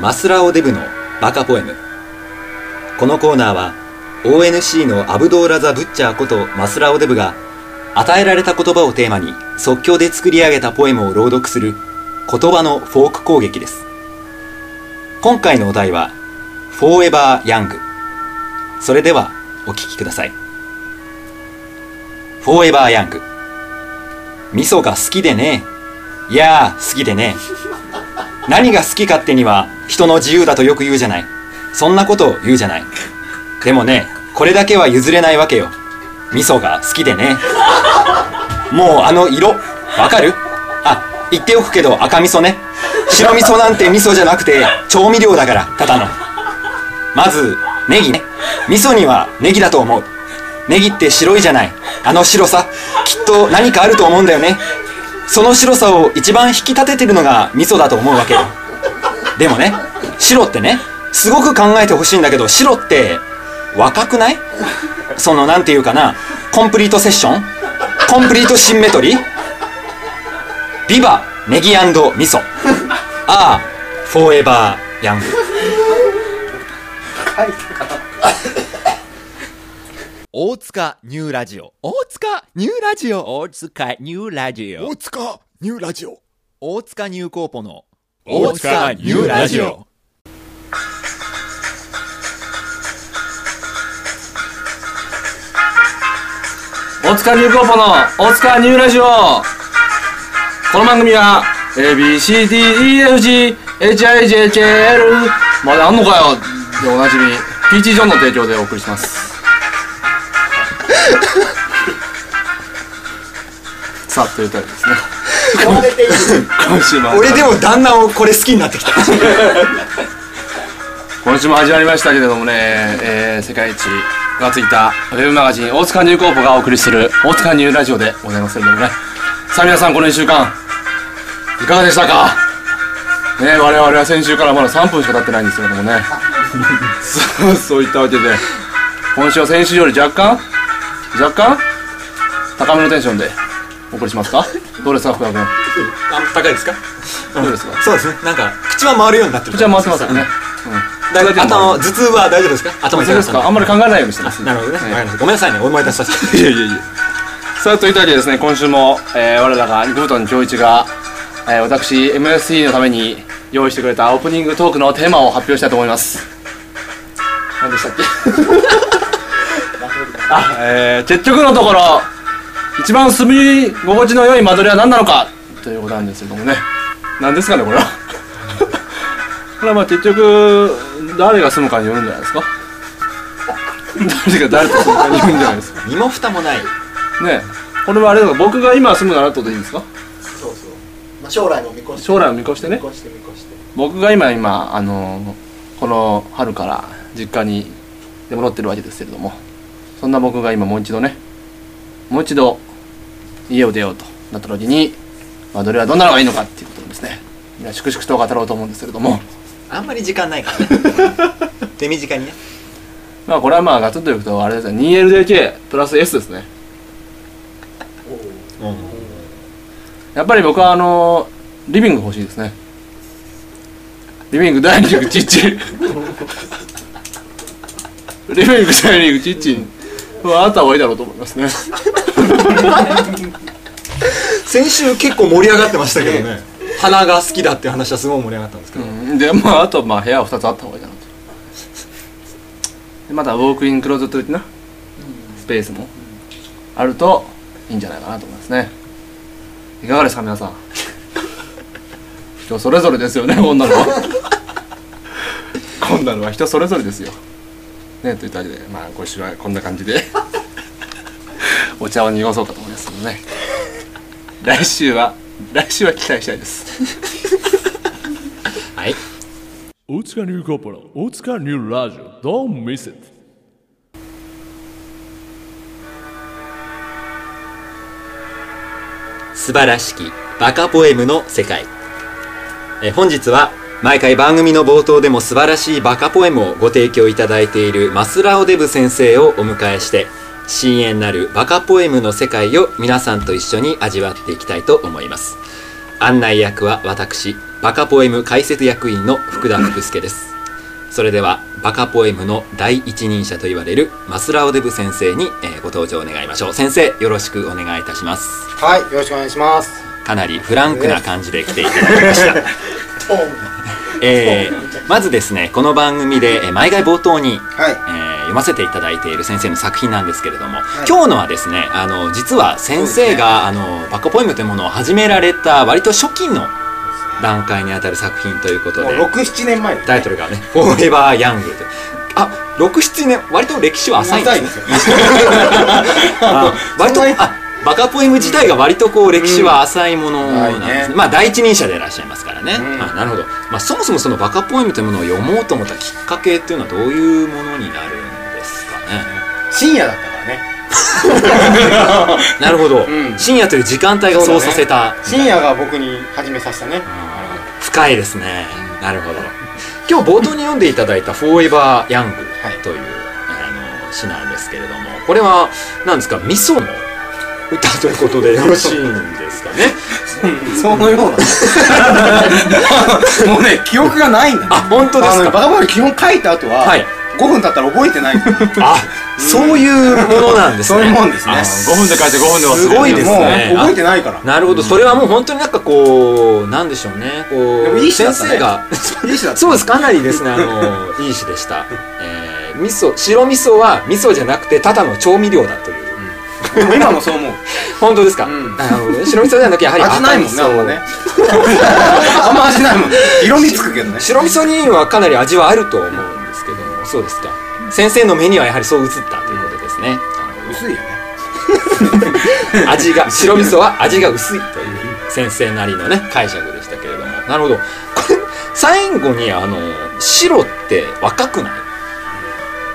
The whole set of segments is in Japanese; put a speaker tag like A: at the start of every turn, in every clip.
A: マスラオデブのバカポエムこのコーナーは ONC のアブドーラ・ザ・ブッチャーことマスラオデブが与えられた言葉をテーマに即興で作り上げたポエムを朗読する言葉のフォーク攻撃です今回のお題は「フォーエバー・ヤング」それではお聞きください「フォーエバー・ヤング」味噌が好きでねいやー好きでね何が好き勝手には人の自由だとよく言うじゃないそんなことを言うじゃないでもねこれだけは譲れないわけよ味噌が好きでねもうあの色わかるあ言っておくけど赤味噌ね白味噌なんて味噌じゃなくて調味料だからただのまずネギね味噌にはネギだと思うネギって白いじゃないあの白さきっと何かあると思うんだよねその白さを一番引き立ててるのが味噌だと思うわけ よでもね白ってねすごく考えてほしいんだけど白って若くないそのなんていうかなコンプリートセッションコンプリートシンメトリービバネギ味噌ああフォーエバーヤング大塚ニューラジオ
B: 大塚ニューラジオ大塚ニューラジオ
C: 大塚ニューラジオ
A: 大塚ニューコーポの
B: 大塚ニューラジオ
D: 大塚ニューコーポの大塚ニューラジオこの番組は ABCDEFGHIJKL まであんのかよでおなじみピーチ・ジョンの提供でお送りしますさあというタイプですね 今週も
A: 俺でも旦那をこれ好きになってきた
D: 今週も始まりましたけれどもね、えー世界一がついたウェブマガジン大塚ニューコーポがお送りする大塚ニューラジオでございますけれどもねさあ皆さんこの1週間いかがでしたかね我々は先週からまだ3分しか経ってないんですけれどもねそう そういったわけで今週は先週より若干若干高めのテンションでお送りしますかどうですか福田君
A: 高いですか
D: どうですか
A: そうですねなんか口は回るようになってる
D: じゃあ回ってますよね
A: だから頭頭痛は大丈夫ですか頭
D: そう
A: 痛い
D: ですかあんまり考えないようにしてます
A: なるほどね、わかりましたごめんなさいねお前出させて
D: いやいやいや。さあ、といったわけでですね、今週も、えー、我らが、リクルートン一が、えー、私、MSE のために用意してくれたオープニングトークのテーマを発表したいと思います。何でしたっけ あ、えー、結局のところ、一番住み心地の良い間取りは何なのかということなんですけどもね。何ですかね、これは。 これはまあ結局、誰が住むかによるんじゃないですか誰が誰と住むかによるんじゃないですか
A: 身も蓋もない
D: ねえこれはあれだから僕が今住むならってことでいいんですか
C: そうそう、まあ、将来も見越して
D: 将来を見越してね
C: 見越して見越して
D: 僕が今今あのーこの春から実家に出戻ってるわけですけれどもそんな僕が今もう一度ねもう一度家を出ようとなった時にまあどれはどんなのがいいのかっていうことをですねみんな粛々と語ろうと思うんですけれども
A: あんまり時間ない からね手短にね
D: まあこれはまあガツッといくとあれですね 2LDK プラス S ですねやっぱり僕はあのリビング欲しいですねリビング第二陸ちっちリビング第二陸ちっちはあった方がいいだろうと思いますね
A: 先週結構盛り上がってましたけどね花が好きだっていう話はすごい盛り上がったんですけど、
D: でまああとまあ部屋は2つあった方がいいかなとでまたウォークインクローゼット的なスペースもあるといいんじゃないかなと思いますねいかがですか皆さん 人それぞれですよねこんなのはこんなのは人それぞれですよねといったわけでまあ今週はこんな感じで お茶を濁そうかと思いますのでね来週は来週は期待したいです
A: はい
E: 大塚ニューコーポロ大塚ニューラジオ Don't miss it
A: 素晴らしきバカポエムの世界えー本日は毎回番組の冒頭でも素晴らしいバカポエムをご提供いただいているマスラオデブ先生をお迎えして深淵なるバカポエムの世界を皆さんと一緒に味わっていきたいと思います案内役は私バカポエム解説役員の福田福助ですそれではバカポエムの第一人者と言われるマスラオデブ先生に、えーご登場願いましょう先生よろしくお願いいたします
F: はい、よろしくお願いします。
A: かなりフランクな感じで来ていただきました
C: トーン
A: えーまずですねこの番組でえー毎回冒頭に、
F: はい
A: えー読ませていただいている先生の作品なんですけれども、今日のはですねあの実は先生が、あのバカポエムというものを始められた割と初期の段階にあたる作品ということ
F: もう
A: で
F: 六七年前です。
A: タイトルがね「フォーエバー・ヤング」とあ67年割と歴史は浅いんですね
F: よ。
A: あ割と
F: そんなに
A: あバカポエム自体が割とこう歴史は浅いものなんです、
F: うん
A: ね
F: ないね
A: まあ第一人者でいらっしゃいますからね、
F: うん
A: あなるほど、まあ、そもそもそのバカポエムというものを読もうと思ったきっかけっていうのはどういうものになるんですか ね
F: 深夜だったからね。
A: なるほど、
F: うん
A: 深夜という時間帯がそうさせた、
F: 深夜が僕に始めさせたね。
A: 深いですね、なるほど今日冒頭に読んでいただいた「フォーエバー・ヤング」という、あの詩なんですけれどもこれは何ですか味噌の歌ということでよろしいんですかね
F: そのような。もうね、記憶がないんだよ。
A: あ本当です
F: あ
A: か
F: のバカバカ基本書いた後は、
A: はい
F: 5分経ったら覚えてない。
A: あ、そういうものなんですね。
F: そういうもんですね。
D: 5分で書いて5分で忘れる
A: すごいですね
F: もう覚えてないから。
A: なるほど、それはもう本当になんかこう、なんでしょうね。こ
F: でも
A: う、
F: いい詩だ
A: 先
F: ったね
A: 生が、
F: いい詩だった
A: そうです、かなりですね、あの、いい詩でした。えー、味噌、白味噌は味噌じゃなくて、ただの調味料だという。
F: でも今もそう思う。
A: 本当ですか、
F: ん
A: なるほどね白味噌じゃなくて、やはり
F: 味ないもんね、
A: 赤
F: あ
A: 味噌
F: んまね。 あんま味ないもん。色味つくけどね。
A: 白味噌にはかなり味はあると思うんですけども、そうですか。先生の目にはやはりそう映ったということですね。
F: 薄いよね。
A: 味 が白味噌は味が薄いという先生なりのね解釈でしたけれどもなるほどこれ最後にあの白って若くない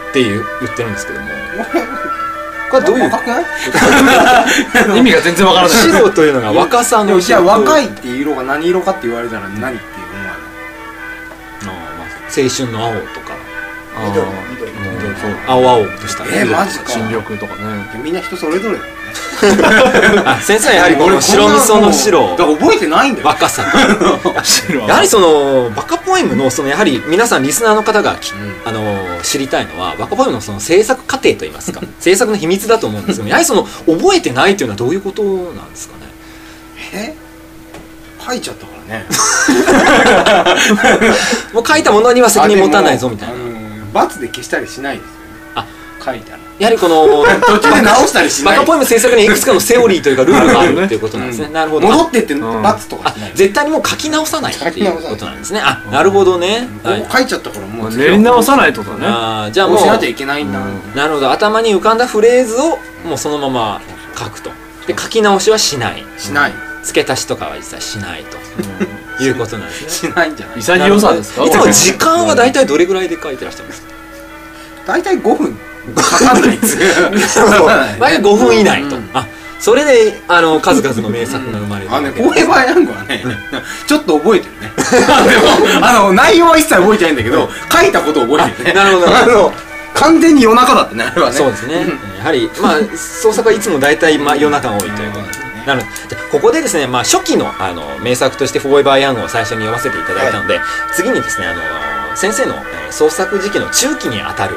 A: っていう言ってるんですけどもこれはどういう
F: 若くない
D: 意味が全然わからない
A: 白というのが若さ
F: で
A: の
F: もじゃあ若
A: い
F: いっていう色が何色かって言われたら何って思わない。
A: 青春の青とか
C: 緑緑
A: あーもう青々とした
F: えー、マジか。
D: 新緑とかね
F: みんな人それぞれだよ
A: あ先生はやはりこの白味噌の白
F: だから覚えてないんだよ。
A: 若 さやはりそのバカポエムのそのやはり皆さんリスナーの方がき、あのー知りたいのはバカポエムのその制作過程といいますか制作の秘密だと思うんですけどやはりその覚えてないというのはどういうことなんですかね
F: え書いちゃったからね。
A: もう書いたものには責任持たないぞみたいな
F: あでも。あのー罰で消したりしないですよね。
A: あ
F: 書いたら。
A: やはりこの
F: 途中で直したりし
A: バ
F: ない
A: カ。ポエム制作にはいくつかのセオリーというかルールがあるっていうことなんですね、なるほど
F: 戻ってって
D: ん
F: 罰とか
A: あ
F: しない。
A: 絶対にもう書き直さないっていうことなんですねあなるほどね、はい
F: こう書いちゃったからもう。
D: 練り直さないってことだね
A: あーじゃあ
F: こ
A: も
F: う
A: う
F: しなきゃいけないんだ。
A: なるほど頭に浮かんだフレーズをもうそのまま書くとで書き直しはしない
F: しない。
A: 付け足しとかは一切しないと、いうことなんですね
F: しないんじゃない
D: 潔さですか
A: いつも時間は大体どれぐらいで書いてらっしゃいますか
F: 大体5分かかんないですよ。 かかんないね
A: 大体5分以内と、
F: うん
A: あそれであの数々の名作が生まれる
F: あ
A: わ
F: のね、
A: け
F: フォーエバーヤングはね、ちょっと覚えてるね。 でも、あの、内容は一切覚えてないんだけど、書いたこと覚えてるね。
A: なるほど
F: あの、完全に夜中だったね、あれはね。
A: そうですね、やはりまあ創作はいつも大体、まあ、夜中が多いということですねなのでじゃあここでですね、まあ、初期のあの名作として「フォーエバー・ヤング」を最初に読ませていただいたので、次にですねあの先生のえー創作時期の中期にあたる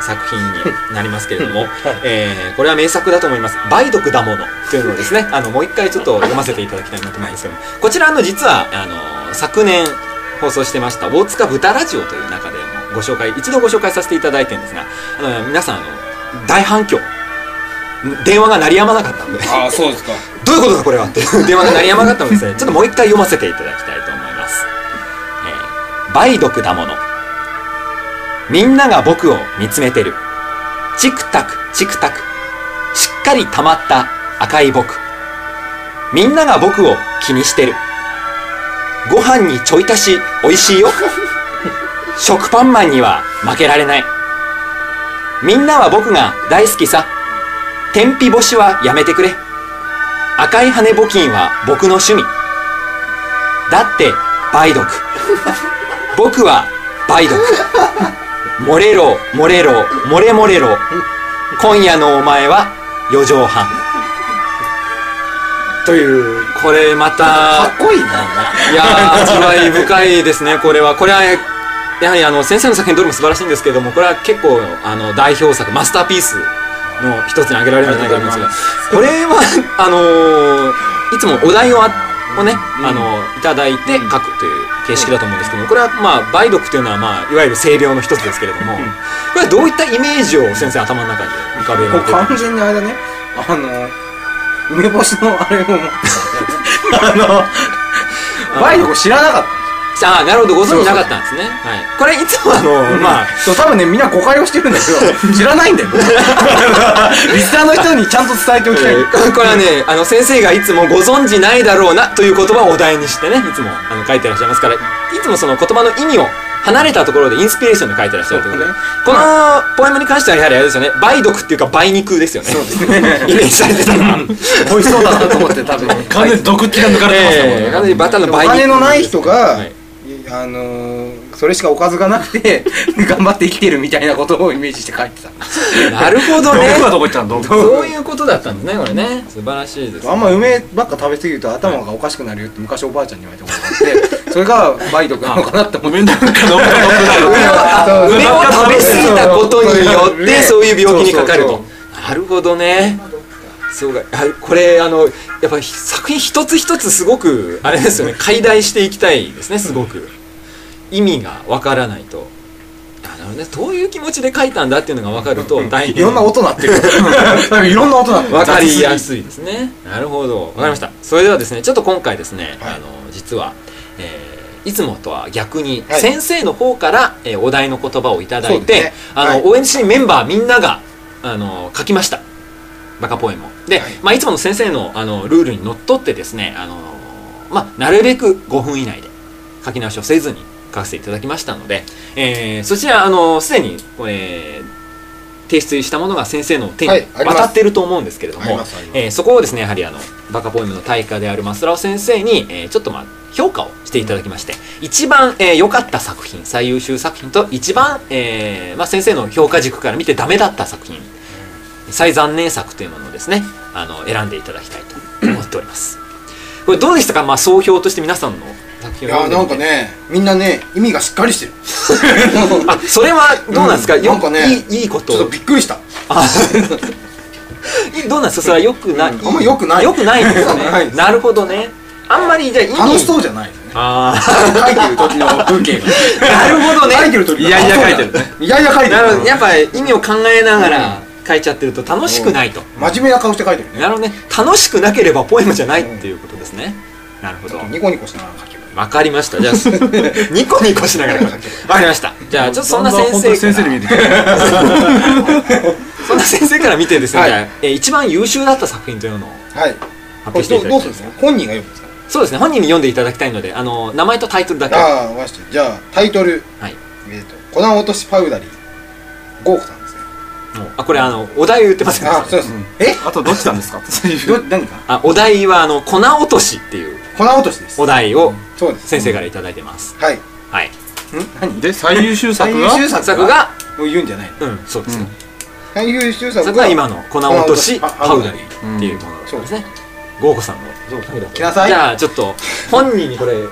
A: 作品になりますけれど も、えーこれは名作だと思います「梅毒だもの」というのをですねあのもう一回ちょっと読ませていただきたいなと思うんですけどもこちらあの実はあの昨年放送してました「大塚豚ラジオ」という中でもご紹介一度ご紹介させていただいてるんですがあの皆さんあの大反響電話が鳴りやまなかったんで
F: ああ、そうですか。
A: どういうことだこれはっていう電話が鳴りやまなかったのでですねちょっともう一回読ませていただきたいと思います、えー、梅毒だものみんなが僕を見つめてるチクタクチクタクしっかり溜まった赤い僕みんなが僕を気にしてるご飯にちょい足し美味し いよ食パンマンには負けられないみんなは僕が大好きさ天日干しはやめてくれ赤い羽募金は僕の趣味だって梅 毒僕は梅毒漏れろ漏れろ漏れ漏れろ今夜のお前は四畳半
F: という
A: これま
F: か
A: た
F: っこいいない
A: やー味わい深いですねこれはこれはやはりあの先生の作品どれも素晴らしいんですけどもこれは結構あの代表作マスターピースの一つに挙げられるんじゃないかと思いますがこれはあのーいつもお題をあをね、あのーいただいて書くという形式だと思うんですけどもこれはまあ梅毒というのは、まあ、いわゆる性病の一つですけれどもこれはどういったイメージを先生頭の中に浮かべよう
F: もう
A: と
F: 完全にあれだねあの梅干しのあれを あの梅毒知らなかっ
A: ああなるほどご存知なかったんですねはい、これいつもあの、
F: た
A: まあ
F: そう多分ねみんな誤解をしてるんだけ ど知らないんだよリスナーの人にちゃんと伝えておきたい、
A: えー これはねあの先生がいつもご存じないだろうなという言葉をお題にしてねいつもあの書いてらっしゃいますからいつもその言葉の意味を離れたところでインスピレーションで書いてらっしゃるということで、
F: そうね
A: このポエムに関してはやはりあれですよね梅毒っていうか梅肉ですよね イメージされてたな
F: 美味しそうだなと思って多分
D: 完全に毒気が抜かれてますね
A: ええ完全にバターの
F: お
A: 梅肉
F: 金のない人が、
A: はい
F: あのーそれしかおかずがなくて 頑張って生きてるみたいなことをイメージして書いてた
A: なるほどね
D: 毒はどこ行っちゃうの毒
A: そういうことだったんですねこれね素晴らしいです
F: あんま梅ばっか食べ過ぎると頭がおかしくなるよって昔おばあちゃんに言われたことがあって それが梅毒なのかなって思って
A: 梅を食べ過ぎたことによっ
F: ね
A: てそういう病気にかかる
F: そう
A: と
F: そう
A: なるほどねそうかあこれあのやっぱ作品一つ一つすごくあれですよね解体していきたいですねすごく意味がわからないとあなるほどねどういう気持ちで書いたんだっていうのがわかると大
F: そう
A: 変
F: いろんな音な ってる多分いろんな音なってる
A: わかりやすいですねなるほどわかりましたそれではですねちょっと今回ですね、あの実は、えーいつもとは逆に
F: はい
A: 先生の方から、えーお題の言葉をいただい
F: そうです
A: て、
F: ね
A: あ
F: はい
A: の ONC メンバーみんながあの書きましたバカポエムをで、いまあ、いつもの先生のあのルールにのっとってですねあの、まあ、なるべく5分以内で書き直しをせずに書かせていただきましたので、えーそちらあのすでに、えー提出したものが先生の手に
F: はいあります
A: 渡ってると思うんですけれども、
F: ありますあります
A: えーそこをですねやはりあのバカポエムの大家であるマスラオ先生に、えーちょっとまあ評価をしていただきまして一番えー良、かった作品最優秀作品と一番、えーまあ、先生の評価軸から見てダメだった作品最残念作というものをですねあの選んでいただきたいと思っておりますこれどうでしたか、まあ、総評として皆さんの作
F: い
A: 品を読んでみて
F: ねみんなね意味がしっかりしてる
A: あそれはどうなんですか、
F: うん
A: よ
F: なんかね
A: いいいいこと
F: びっくりした
A: い どうなんですかそれはよくない、
F: うんあんま良くない
A: よくないですよ
F: 良くない
A: ね
F: です
A: なるほどねあんまりじゃあ意味
F: うじゃないよね
A: あ
F: 書いてる時の風景が
A: あなるほどね
F: 書いてる時
D: いやいや書いてるね
F: いやいや書いて
A: なるほ
F: る
A: どやっぱり意味を考えながら書いちゃってると楽しくないと、
F: 真面目な顔して書いてるね
A: なるほどね楽しくなければポエムじゃないっていうことですね、なるほど
F: ニコニコしながら書ける
A: わかりましたじゃあ ニコニコしながらわかりましたじゃあちょっとそんな先生
D: 先生に見えてきた
A: そんな先生から見てですね、
F: はい
A: じゃあえー一番優秀だった作品というのを
F: はい
A: 発
F: こ
A: 表
F: れ
A: してい
F: ど
A: ただきたい
F: うどうするんですか本人が読むんですか
A: そうですね本人に読んでいただきたいのであの名前とタイトルだけは
F: ああわかりましたじゃあタイトル
A: い
F: えっと「粉落としパウダリー」ゴークさんですね
A: もうあこれあのお題を言ってませんでした
F: あ
A: ね
F: そうですえ
D: あとどっちなんですかっていう
F: ど何か
A: あお題はあの粉落としっていう
F: 粉落としです
A: お題を
F: そうです
A: 先生からいただいてます、
F: はい
A: はい
F: 何
D: で最優秀作が
F: 最優秀
A: 作が
F: もう言うんじゃない
A: うんそうですね、
F: 最優秀作
A: 作が今の粉落とし
F: あ
A: パウダリーっていうものですね豪子さんの
F: 来なさい
A: じゃあちょっと本人にこれこれ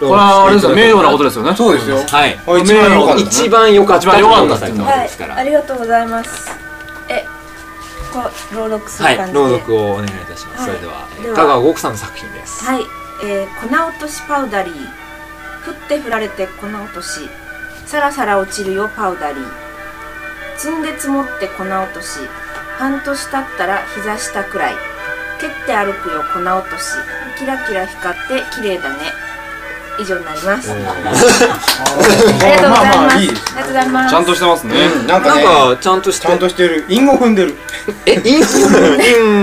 D: これはあれですよ名誉なことですよね
F: そうですよ
A: はい
F: あ一番良かった
A: 一番良かった
D: 一番良かった
A: ということ
G: は
A: で
G: い
A: すから、
G: ありがとうございますえこう朗読する
A: は
G: 感
A: い
G: じで、
A: 朗読をお願いいたします、そ
G: はい
A: れでは
G: では
A: 香川豪子さんの作品です、
G: はい、えー粉落としパウダリー降って降られて粉落としさらさら落ちるよパウダリー積んで積もって粉落とし半年経ったら膝下くらい蹴って歩くよ粉落としキラキラ光って綺麗だね以上になりますありがとうございます、ありがとうございます
D: ちゃんとしてますね
F: うんなんか
A: な
F: ね
A: んかちゃんとして
F: ちゃんとしてる韻を踏んでる
A: えインイン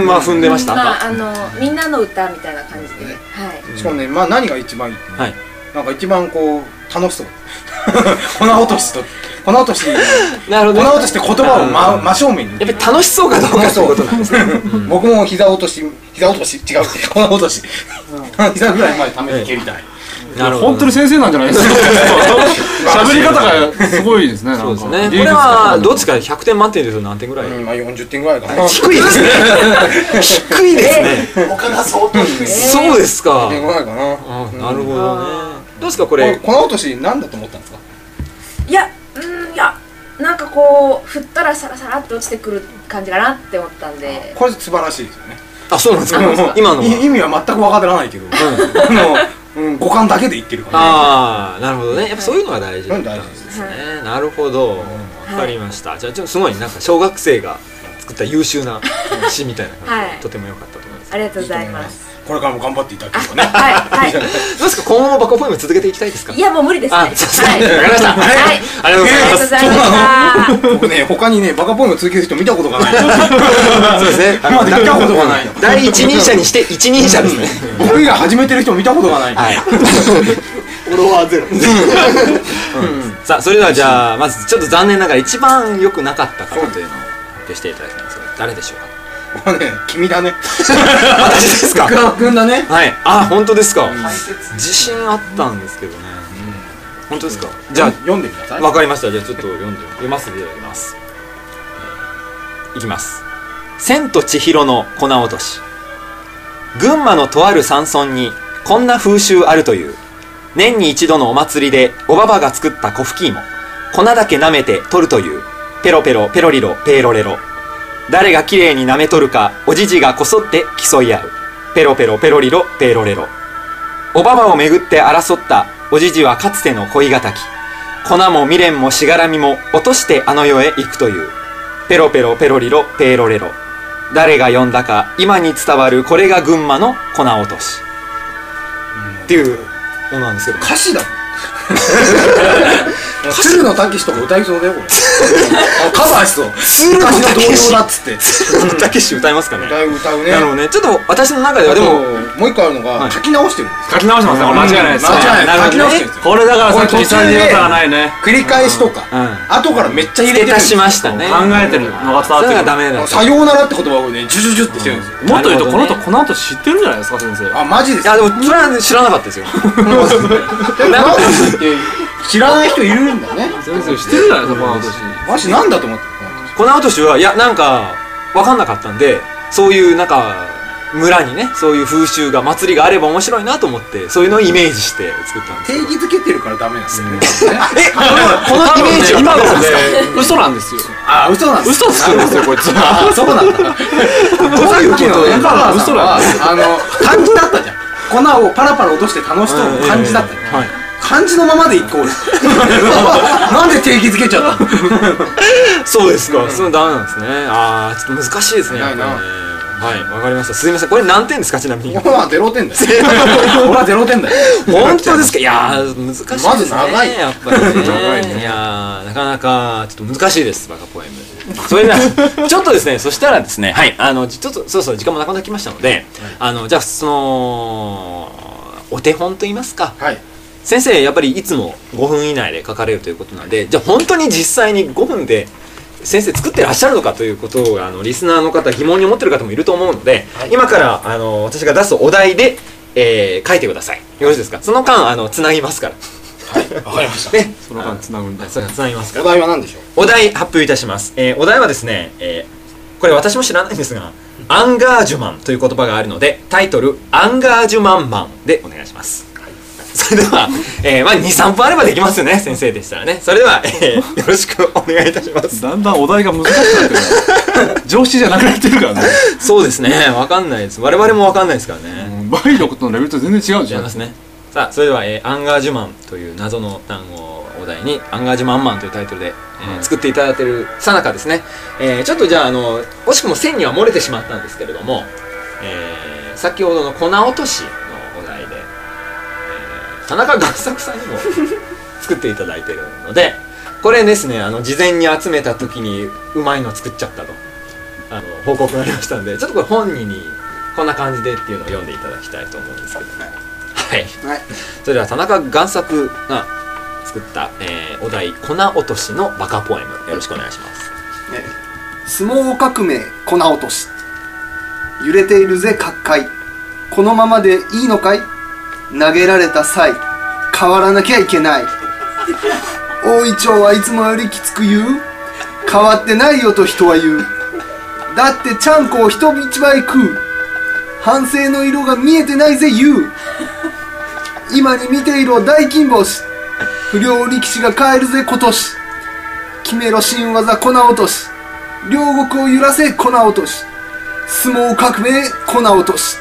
A: は踏んでました、
G: まああのみんなの歌みたいな感じで、
F: うん
G: はい
F: しかもねまあ何が一番いいってね
A: はい
F: なんか一番こう楽しそう粉落としと粉落とし
A: なるほ
F: 粉
A: どね
F: 落としって言葉を真真正面に
A: やっぱり楽しそうかどうかということなんですね。
F: 僕も膝落とし膝落とし違う粉落とし膝ぐらいまでためて蹴りたい
A: なるほど
D: 本当に先生なんじゃないですか喋り方がすごいですねなんか
A: そうですね。こ
D: 芸術
A: れ
D: 家
A: は、どっちか100点満点ですよ。何点ぐらい
F: 今40点ぐらいかな。
A: 低いですね。低いですね。
C: 他が相当低い
A: そうですか。
F: 点ぐらいかな。
A: あなるほどね。どうですか、こ
F: これ
A: れ。
F: この落とし何だと思ったんですか。
G: いやうんいやなんかこう振ったらサラサラって落ちてくる感じかなって思ったんで
F: これ素晴らしいですよね。
A: あ、そうなんですか。 今のは。
F: い意味は全く分からないけ ど、あのうん五感だけで言ってるからね。
A: ああ、なるほどね。やっぱそういうのが大事
F: う
A: なんん
F: 大事で
A: ですね。なるほど。わかりました。じゃあ、ちょっとすごい、なんか小学生が作った優秀な詩みたいな感じ
G: は
A: で、
G: い
A: とても良かったと思います。
G: ありがとうございます
F: これからも頑張っていただければね。
G: はいは
A: どうですか、今後もバカポエム続けていきたいですか
G: いいやもう無理ですね
A: あ、そうですか。
G: はい
A: わかりました。
G: はい
A: ありがとうございます。
G: ありがとうございました
F: 僕ね他にねバカポーム続ける人見たことがない。
A: そうですね。
F: 今まで見たことがないの。
A: 第一人者にして一人者ですね。
F: 僕以外始めてる人見たことがない。
A: はい。さあ、それではじゃあ、まずちょっと残念ながら一番良くなかった方というのを発表していただきます。誰でしょうか
F: これね君だね。
A: 私ですか
F: 川君だね。
A: はい。あ、本当ですか。自信あったんですけどね。本当ですか。じゃ
F: 読んでみなさ
A: あ、
F: い。
A: わかりました。じゃあちょっと読んで、読ませていただきます。いきます。千と千尋の粉落とし。群馬のとある山村にこんな風習あるという。年に一度のお祭りでおばばが作った小吹き芋。粉だけ舐めて取るという。ペロペロペロリロペロレロ。誰が綺麗に舐めとるかおじじがこそって競い合う。ペロペロペロリロペロレロ。おばばをめぐって争ったおじじはかつての恋敵。粉も未練もしがらみも落としてあの世へ行くという。ペロペロペロリロペロレロ。誰が呼んだか今に伝わるこれが群馬の粉落とし。っていうものなんですけど。
F: 歌詞だもん 鶴のたけしとか歌いそうだよこ れあカバーしそう
A: 鶴の
F: 昔の
A: たけし
F: 同僚だっつって
A: たけし歌いますかね。
F: 歌う歌うね
A: なるほどね。ちょっと私の中では
F: で
A: でも、
F: ももう一個あるの
A: は
F: が
A: い
F: 書き直してるんです
D: 書き直してますねこれ間違いないです
F: 間違いない
A: なるほどね
F: 書き直してるんですよ
D: これだからさっ
F: こ
D: き
F: れ
D: イ
F: 途
D: タ
F: 中
D: リ
F: で
D: アがないね
F: 繰り返しとか
A: う
F: 後からめっちゃ入れ
A: 出
F: てるんで
A: た
F: す
A: し
F: よ
A: ましたね。
D: 考えてるのが伝わ
A: そ
D: っ
A: れ
D: てく
A: が
D: る
A: ダメだった。
F: さようならって言葉をねジュジュジュってしてるんですよ
D: もっと言うと
A: な
D: こ
A: る
D: の
A: ほど
D: 人
A: ね
D: この後知ってるんじゃないですか先生
F: あマジで
A: い
F: す
A: や
F: か
A: でもそれは知らなかったです よ。
F: なんでって知らない人いるんだね
D: 先生知ってるじゃないですかこの後
F: わしなんだと思って
A: この落としは、いや、なんか、わかんなかったんで、そういう、なんか、村にね、そういう風習が、祭りがあれば面白いなと思って、そういうのをイメージして作ったんです
F: 定
A: けど。
F: 義づけてるからダメなんですよね
A: え、このこのイメージは
D: 今の
A: なんですか
D: ね嘘なんですよ
F: あ嘘なんです
D: 嘘つくんですよこいつ
F: あそうなんだ
A: どういうこと
F: 山川さ
D: 嘘
F: ん
D: だ
F: はあの漢字だったじゃん粉をパラパラ落として楽しそうな漢字だったじゃん、
A: はい。
F: 漢字のままで いこうよなんで定義づけちゃったの
A: そうですか。そのダメなんですね。あー、ちょっと難しいですね、やっぱりね。
F: ない
A: はい、わかりました。すみません。これ何点ですか、ちなみに。
F: 俺はゼロ点だ よ俺はゼロ点だよ
A: 本当ですかいやー、難しいですね。
F: まず長い
A: やっぱりね。
F: 長いね
A: いやー、なかなか、ちょっと難しいです、バカポエム。 それでは、ちょっとですね、そしたらですね、はい、あの、ちょっと、そうそう、時間もなくなってきましたので、あの、じゃあ、その、お手本といいますか、
F: はい
A: 先生、やっぱりいつも5分以内で書かれるということなんで、じゃあ、本当に実際に5分で、先生作ってらっしゃるのかということをあのリスナーの方疑問に思ってる方もいると思うので、今からあの私が出すお題で、えー書いてくださいよろしいですかその間あのつなぎますから
F: わかりまし
A: ね
D: その間つなぐんだ
A: そうつなぎますか
F: お
A: ら
F: 題は何でしょう
A: お題発表いたします、えーお題はですね、えーこれ私も知らないんですがアンガージュマンという言葉があるのでタイトル「アンガージュマンマン」でお願いしますそれでは、えーまあ、23分あればできますよね先生でしたらねそれでは、えーよろしくお願いいたします
D: だんだんお題が難しくなってる常識じゃなくなってるからね
A: そうですねわかんないです我々もわかんないですからね、
D: 梅力とのレベルと全然違うじ
A: 違
D: ゃ
A: い
D: ん
A: ますねさあそれでは、えーアンガージュマン」という謎の単語をお題に「アンガージュマンマン」というタイトルで、えー作っていただいているさなかですね、えーちょっとじゃああの惜しくも線には漏れてしまったんですけれども、えー先ほどの「粉落とし」のお題で、えー田中贋作さんにも作っていただいているので これですねあの事前に集めた時にうまいの作っちゃったとあの報告がありましたんでちょっとこれ本人にこんな感じでっていうのを読んでいただきたいと思うんですけどはい
F: はい
A: それでは田中贋作が作った、えーお題「粉落としのバカポエム」よろしくお願いします
H: 相撲革命粉落とし揺れているぜ各界このままでいいのかい投げられた際
F: 変わらなきゃいけない 大井町はいつもよりきつく言う変わってないよと人は言うだってちゃんこを人一倍食う反省の色が見えてないぜ言う今に見ていろ大金星不良力士が帰るぜ今年決めろ新技粉落とし両国を揺らせ粉落とし相撲革命粉落とし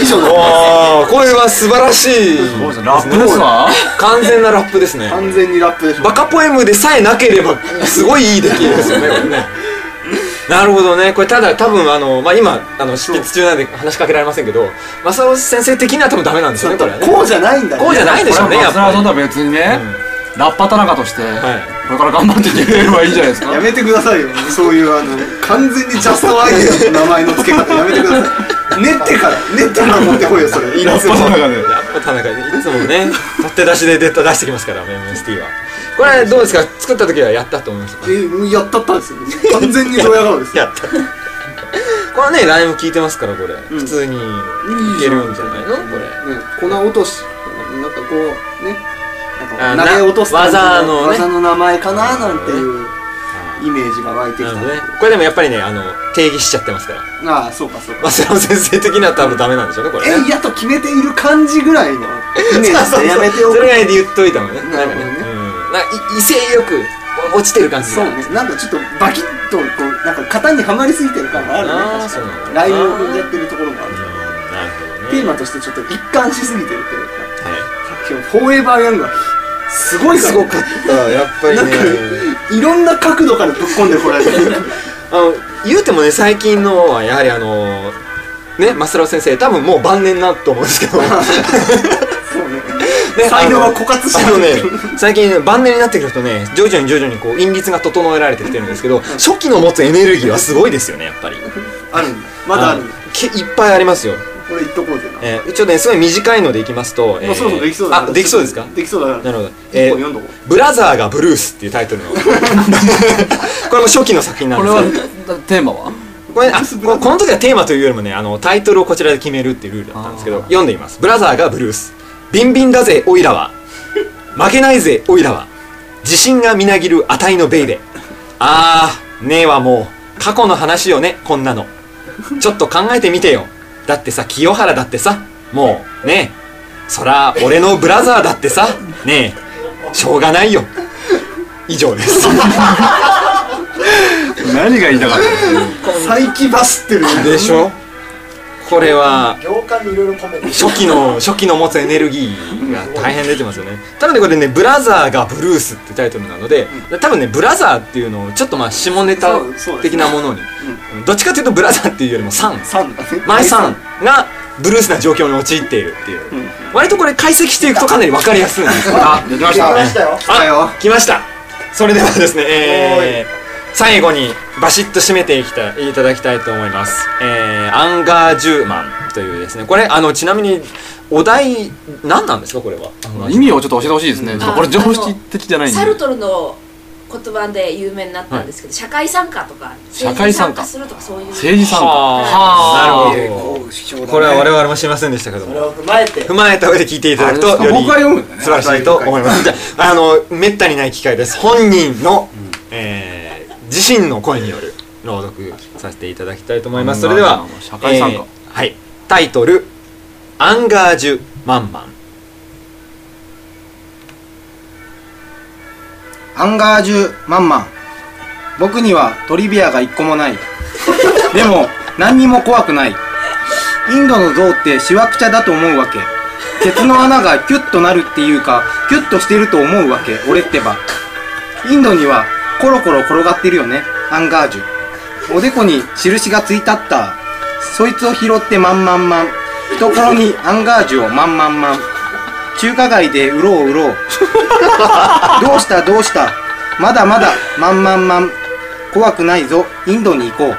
F: 以上 だ
A: おーこれは素晴らしい
D: ラップですわ
A: 完全なラップですね
F: 完全にラップでしょ
A: バカポエムでさえなければすごいいい出来ですよねこれね なるほどねこれただ多分あの、まあ、今あの執筆中なんで話しかけられませんけど正雄先生的には多分ダメなんですよねこれはね
F: こうじゃないんだ
A: こうじゃないでしょうねやっ
D: それはそ
A: ぱ
D: ん
A: り
D: な別にね、ラッパ田中として、
A: い
D: これから頑張っていければいいじゃないですか
F: やめてくださいよそういうあの完全にジャストアイデアの名前の付け方やめてください練ってから練ってから持ってこいよそれい
D: ラッ
F: つも
D: パ田中で
A: やっぱ田中いつも ね取って出しで出た出してきますからメンメンスティーはこれどうですか作った時はやったと思いますか
F: えやったったですよ完全にドヤ顔ですよ
A: やったこれはねライム聞いてますからこれ、普通にいけるんじゃないのこれ
F: ね、粉落としなんかこうねな
A: あ
F: んか投げ落とす感じ
A: な技のね
F: 技の名前かななんていうイメージが湧いてき
A: なる
F: た
A: ほどねこれでもやっぱりねあの定義しちゃってますから
F: ああそうかそうか
A: 早稲田先生的には多分ダメなんでしょうねこれね
F: えいやと決めている感じぐらいのイメ
A: そうそ
F: ー
A: う
F: ジでやめてお
A: そ
F: く
A: れぐらいで言っといたのね
F: な
A: なん
F: るほどね
A: かうんなんかい威勢よくお落ちてる感じ
F: そうねなんかちょっとバキッとこうなんか型にはまりすぎてる感がある
A: あー
F: ね
A: そうな
F: 確か
A: ん
F: に
A: だ
F: ライブを踏んじゃってるところもある
A: うんなるほどね
F: テーマとしてちょっと一貫しすぎてるというか
A: は
F: 今日フォーエバーヤングはすごい
A: い
F: から
A: すごかったやっぱり
F: なんか
A: ね
F: いろんな角度からぶっ込んでこられ てる
A: あの言うてもね最近のはやはりあのね増田先生多分もう晩年なと思うんですけどね
F: そうね
A: あの
F: 才能が枯渇して
A: あの
F: る
A: ね最近ね晩年になってくるとね徐々に徐々にこう韻律が整えられてきてるんですけど初期の持つエネルギーはすごいですよねやっぱり
F: あるんだまだあるんだ
A: いけいっぱいありますよ
F: これ言っとこうぜな
A: えー、ちょっとねすごい短いのでいきますと、えー
F: もうそろそろできそうだな
A: あできそうですか
F: できそうだ
A: なるほど、
F: 一
A: え
F: 本読んど
A: ー
F: こう
A: ブラザーがブルース」っていうタイ トルのこれも初期の作品なん
D: こ
A: で
D: れ
A: す
D: は
A: けど
D: テーマは
A: これあここの時はテーマというよりもねあのタイトルをこちらで決めるっていうルールだったんですけど読んでみます「ブラザーがブルース」「ビンビンだぜオイラは」「負けないぜオイラは」「自信がみなぎるあたいのベイで」「あーねえはもう過去の話よねこんなの」「ちょっと考えてみてよ」「だってさ清原だってさもうねえそら俺のブラザーだってさねえしょうがないよ」以上です。
D: 何が言いたかった
F: 再起バスってる
A: でしょこれは
I: 行間にいろいろ込めて
A: 初期の初期の持つエネルギーが大変出てますよねただねこれね「ブラザーがブルース」ってタイトルなので多分ね「ブラザー」っていうのをちょっとまあ下ネタ
F: そうそうです
A: 的
F: ね
A: なものにどっちかというと「ブラザー」っていうよりも「サン」
F: サンだね
A: 「マイサン」がブルースな状況に陥っているっていう割とこれ解析していくとかなり分かりやすいんですよ
D: あできました
I: ましたよ
F: だよ
A: 来ましたそれではですね、えー、最後にバシッと締めていきたいただきたいと思います、えー、アンガージューマンというですねこれあのちなみにお題何なんですかこれは
D: 意味をちょっと教えてほしいですね、ちょっとこれ
G: あ
D: 情報的じゃないんで
G: サルトルの言葉で有名になったんですけど、社会参加とか
D: 社会参加
G: 政治にするとかそういう
D: 政治参加
A: はあ
D: は
A: なるほどこれは我々も知りませんでしたけど
I: それ
A: も
I: を踏まえて
A: 踏まえた上で聞いていただくとよ
D: あれですか
A: り
D: 僕が読むんだね
A: 素晴らしいと思いますじゃああのめったにない機会です本人の、えー、自身の声による朗読させていただきたいと思いますそれでは
D: 社会参加
A: えーはいタイトル「アンガージュマンマン
J: アンガージュマンマン僕にはトリビアが一個もないでも何にも怖くないインドの像ってしわくちゃだと思うわけ鉄の穴がキュッとなるっていうかキュッとしてると思うわけ俺ってばインドにはコロコロ転がってるよねアンガージュおでこに印がついたったそいつを拾ってまんまんまん懐にアンガージュをまんまんまん中華街でうろううろうどうしたどうしたまだまだまんまんまん怖くないぞインドに行こう
A: これ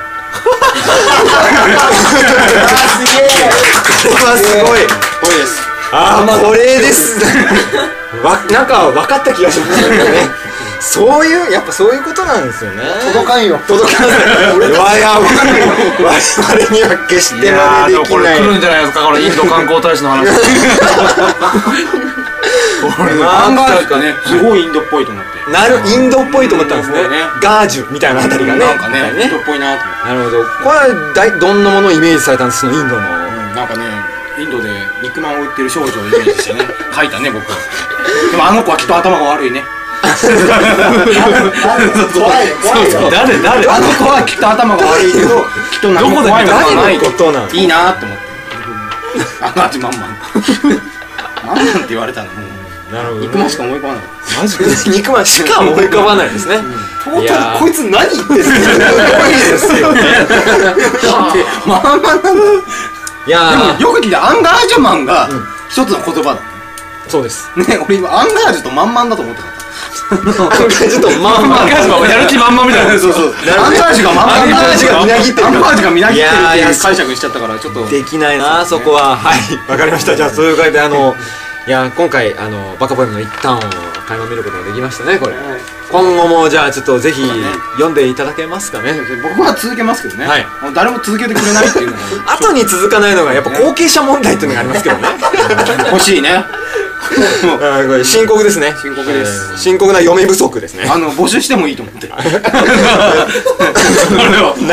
A: はすごい、
D: 多いです
A: ああこれ ですわなんか分かった気がしますねそういうやっぱそういうことなんですよね
F: 届かんよ
A: 届 かない俺はや我々には決して
D: いや
A: 真
D: ーで
A: 似
D: も
A: でき
D: これ
A: ない
D: 来るんじゃないですかこれインド観光大使の話これ
F: ア
D: は
F: ンガー
D: な
F: ル
D: ん
F: ズが
D: かね
F: ねすごいインドっぽいと思って
A: なるインドっぽいと思ったんですね
F: うんね
A: ガージュみたいなあたりがね
F: なんかね
A: やっぱり
F: インドっぽいなと思って
A: なるほどこれはだいどんなものをイメージされたんですかそのインドの
F: うんなんかねインドで肉まんを売ってる少女をイメージしてね書いたね僕はでもあの子はきっと頭が悪いね
C: 怖いよ怖いよ
A: 誰誰
F: あの子はきっと頭が悪いけどきっと何も怖いものがない
A: どこで誰のことなの
F: いいなと思ってあの味まんまんまんまんって言われたのもう
A: なるほど
F: 肉まんしか思い浮かばなかっ
A: マジで肉まんしか思い浮かばないです ね
C: トー
A: い
C: タ
A: や
C: ル
A: ー
C: こいつ何言ってんの
F: たまんまんなんだ
A: いや
F: で
A: ー
F: もよく聞いたアンガージュマンが一つの言葉だ
A: そうです
F: ね俺今アンガージュとまんまんだと思ってた
A: ちょっとまあまあ
D: やる気満々みたいな
F: そうそうアンガージュがまんまん
A: アンガージュがみなぎってる
F: アンガージュがみなぎってるって
A: いや
F: い
A: ー
F: う解釈にしちゃったからちょっと
A: できないなあそこははいわかりま したじゃあそういう感じであのいや今回あのバカポエムの一端を垣間見ることができましたねこれ今後もじゃあちょっとぜひ読んでいただけますかね
F: 僕は続けますけどね、
A: はい
F: もう誰も続けてくれないっていうのが
A: 後に続かないのがやっぱ後継者問題っていうのがありますけ どね
F: 欲しいね
A: あーこれ深刻ですね
F: 深刻です
A: えー深刻な嫁不足ですね
F: あの募集してもいいと思 って
A: な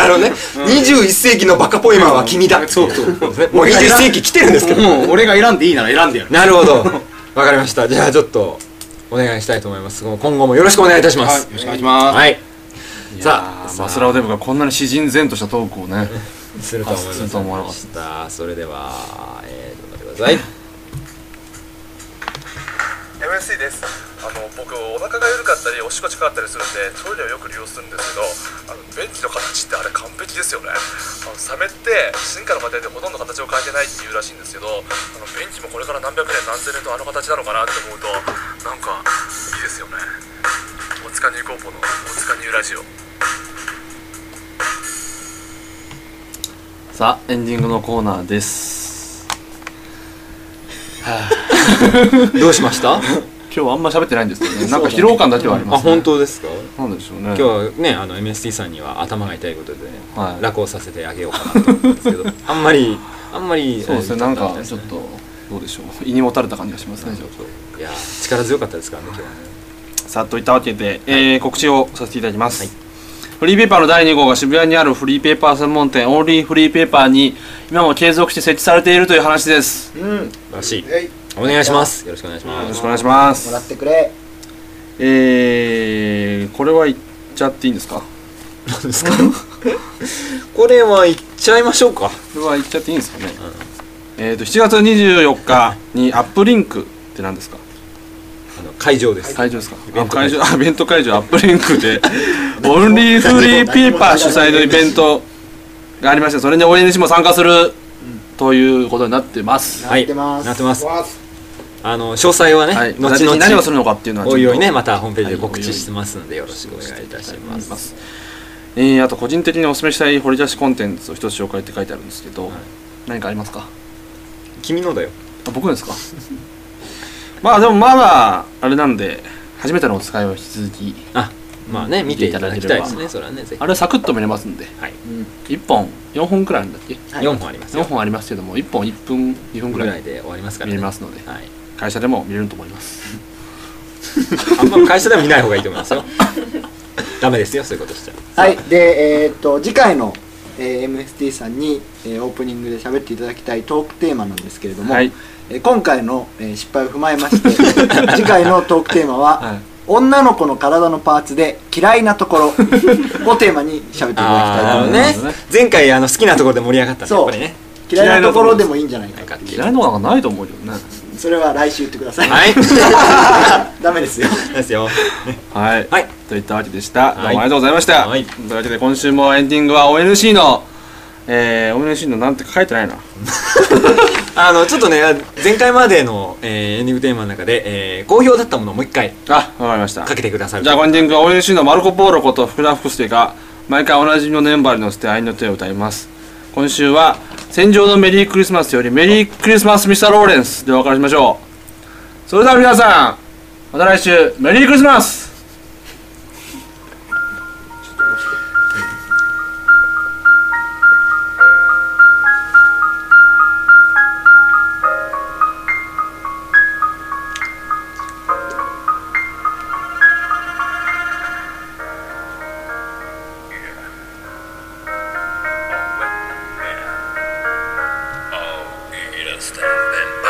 A: るほどね21世紀のバカポエマーは君だそうそうもう21世紀来てるんですけど
F: もう俺が選んでいいなら選んでやる
A: なるほどわかりましたじゃあちょっとお願いしたいと思います今後もよろしくお願いいたしま
F: はい
A: す
F: よろしくお願いします、
A: はいさあ
D: マスラオデブがこんなに詩人然としたトークをね
A: すると思います
D: すると思わなかっ
A: したそれではえー、頑張ってください
K: MSC ですあの僕お腹が緩かったりおしっこ近かったりするんでトイレをよく利用するんですけどあのベンチの形ってあれ完璧ですよねあのサメって進化の過程でほとんど形を変えてないっていうらしいんですけどあのベンチもこれから何百年何千年とあの形なのかなって思うとなんかいいですよね大塚ニュー高校の大塚ニューラジオ
D: さあエンディングのコーナーです
A: どうしました
D: 今日あんま喋ってないんですけどねなんか疲労感だけはあり
A: あ
D: ますね
A: 本当ですか
D: なんでしょうね
A: 今日はねあの MST さんには頭が痛いことで、ね
D: はい
A: 楽をさせてあげようかなと思ったんですけ どあんまりあんまり
D: そうですね
A: え
D: な
A: ー
D: んかちょっとどうでしょう胃にもたれた感じがしますねちょっと
A: いや力強かったですからね今日はね
D: さあといったわけで、えー告知をさせていただきます、フリーペーパーの第2号が渋谷にあるフリーペーパー専門店オンリーフリーペーパーに今も継続して設置されているという話ですよ
A: らしい
C: えい
A: お願いしますよろしくお願いしま
D: ろ
A: す
D: しくお願いします
C: もらってくれ
D: えー、これは言っちゃっていいんですか
A: ですかこれは行っちゃいましょうか
D: これは言っちゃっていいんですかね、えーと7月24日にアップリンクって何ですか
A: あの会場です
D: 会場ですか
A: ベント
D: あ会場 あイベント会場アップリンクでオンリーフリーピーパー主催のイベントがありましてそれに ONC も参加するということになってます、
A: は
C: なっ
A: い
C: てます
A: なってます
C: わ
A: あの詳細はね、
D: はい、
A: 後々
D: 何をするのかっていうのは
A: おいおいね
D: ま
A: またホームページで
D: はい
A: 告知してますのでよろしくお願いいたします
D: えー、あと個人的にお勧めしたい掘り出しコンテンツを一つ紹介って書いてあるんですけど、何かありますか
A: 君のだよ
D: あ僕ですか まあでもまだあれなんで初めてのお使いは引き続き
A: あまあね見ていただきたいです
D: 見
A: ね
D: ていただければ
A: それはねぜ
D: あれはサクッと見れますんで、
A: はい
D: 一1本4本くらいあるんだっけ
A: ひ4本あります
D: 4
A: よ
D: 本ありますけども1本1分2分
A: ぐ
D: く
A: ら
D: ら
A: い
D: い
A: で終わりますから
D: 見
A: ね
D: れますので
A: はい
D: 会社でも見れると思います
A: あんま会社では見ない方がいいと思いますよダメですよそういうことしちゃ
C: はいでえーっと次回の、えー MST さんに、えーオープニングで喋っていただきたいトークテーマなんですけれども、
D: はい
C: えー今回の、えー失敗を踏まえまして次回のトークテーマは、
D: はい
C: 女の子の体のパーツで嫌いなところをテーマに喋っていただきたいと思いま
D: なる
C: す
D: ほどね
A: 前回あの好きなところで盛り上がったんでや
C: そ
A: っ
C: う
A: ぱりね
C: 嫌いなところでもいいんじゃない
A: なん
C: か
A: かっていう
D: 嫌いなものがないと思うけどね
C: それは来週言ってください、
A: はい
C: ダメですよ
A: ですよ
D: はい、
A: はい
D: といったわけでした、ど
A: はい
D: うもありがとうございました、
A: はい
D: というわけで今週もエンディングは ONC のえー、ONC のなんて書いてないな
A: あのちょっとね前回までの、えーエンディングテーマの中で、えー好評だったものをもう一回
D: あわかりました
A: かけてくださる
D: じゃあエンディングは ONC のマルコ・ポーロこと福田福助が毎回おなじみのメンバーに乗せて愛の手を歌います今週は「戦場のメリークリスマス」より「メリークリスマスミスターローレンス」でお別れしましょうそれでは皆さんまた来週メリークリスマス
K: ね